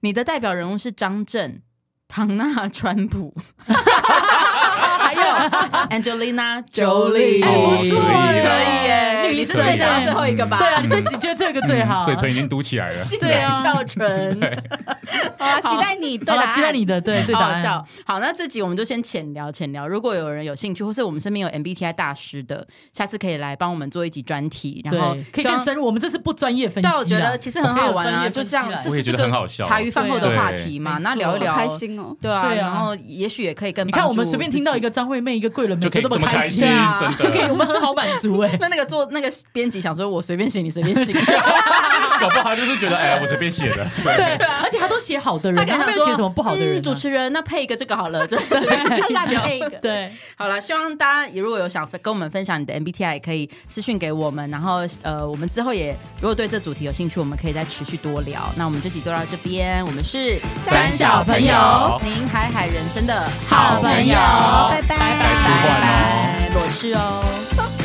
[SPEAKER 1] 你的代表人物是张震、唐纳、川普， 还有 Angelina Jolie。
[SPEAKER 2] 哎不错哎
[SPEAKER 3] 可以啊
[SPEAKER 1] 可以耶！
[SPEAKER 2] 女
[SPEAKER 1] 你是
[SPEAKER 2] 神
[SPEAKER 1] 最想要
[SPEAKER 2] 耶
[SPEAKER 1] 最后一个吧？
[SPEAKER 2] 对啊，你最你觉得这个最好，
[SPEAKER 3] 嗯嘴唇已经嘟起来了。
[SPEAKER 2] 对啊，
[SPEAKER 1] 翘唇，
[SPEAKER 4] 好啊，期待你对
[SPEAKER 2] 好
[SPEAKER 4] 答
[SPEAKER 2] 了，期待
[SPEAKER 4] 案。
[SPEAKER 2] 你的对对
[SPEAKER 1] 好嗯
[SPEAKER 2] 答
[SPEAKER 1] 好
[SPEAKER 2] 案
[SPEAKER 1] 笑。。好，那这集我们就先浅聊浅聊。如果有人有兴趣，或是我们身边有 MBTI 大师的，下次可以来帮我们做一集专题，然后
[SPEAKER 2] 对，可以
[SPEAKER 1] 希望
[SPEAKER 2] 更深入。我们这是不专业分
[SPEAKER 1] 对
[SPEAKER 2] 析啦，
[SPEAKER 1] 啊，我觉得其实很好玩
[SPEAKER 2] 可以
[SPEAKER 1] 啊，
[SPEAKER 2] 有专业
[SPEAKER 1] 就
[SPEAKER 2] 分析
[SPEAKER 1] 这样
[SPEAKER 2] 啦，
[SPEAKER 1] 这
[SPEAKER 3] 我也
[SPEAKER 1] 是
[SPEAKER 3] 觉
[SPEAKER 1] 这
[SPEAKER 3] 得很
[SPEAKER 1] 个
[SPEAKER 3] 好笑。
[SPEAKER 1] 茶余饭后的话题嘛，
[SPEAKER 2] 对
[SPEAKER 1] 那聊一
[SPEAKER 4] 好
[SPEAKER 1] 聊，
[SPEAKER 4] 开心哦！
[SPEAKER 1] 对啊，
[SPEAKER 2] 对啊
[SPEAKER 1] 然后也许也可以更
[SPEAKER 2] 你看，
[SPEAKER 1] 帮
[SPEAKER 2] 我们
[SPEAKER 1] 助
[SPEAKER 2] 随便听到
[SPEAKER 1] 自
[SPEAKER 2] 一
[SPEAKER 1] 己。
[SPEAKER 2] 个张惠妹，一个桂纶镁，
[SPEAKER 3] 就可以
[SPEAKER 2] 都
[SPEAKER 3] 这么
[SPEAKER 2] 开
[SPEAKER 3] 开心，
[SPEAKER 1] 啊
[SPEAKER 3] 真
[SPEAKER 2] 就可以，
[SPEAKER 3] 的。
[SPEAKER 2] 我们很好满 足哎。
[SPEAKER 1] 那那个做那个编辑想说，我随便写你随便 写，
[SPEAKER 3] 搞不好他就是觉得，哎，我随便写的。
[SPEAKER 2] 对，而且他都写好的
[SPEAKER 1] 他
[SPEAKER 2] 人啊，
[SPEAKER 1] 啊可能
[SPEAKER 2] 他没
[SPEAKER 1] 想
[SPEAKER 2] 有
[SPEAKER 1] 说
[SPEAKER 2] 写什么不好的人
[SPEAKER 1] 嗯
[SPEAKER 2] 啊。
[SPEAKER 1] 主持人，那配一个这个好了， 就是随便
[SPEAKER 4] 再让你配一个，
[SPEAKER 2] 对，
[SPEAKER 1] 好了，希望大家如果有想分跟我们分享你的 MBTI，也可以私讯给我们。然后呃，我们之后也如果对这主题有兴趣，我们可以再持续多聊。那我们这集就到这边，我们是
[SPEAKER 4] 三
[SPEAKER 3] 小朋友
[SPEAKER 1] 您海海人生的
[SPEAKER 3] 好朋友
[SPEAKER 4] 拜
[SPEAKER 1] 拜
[SPEAKER 4] 拜，
[SPEAKER 3] 拜
[SPEAKER 1] 拜，裸吃哦。
[SPEAKER 4] 拜拜。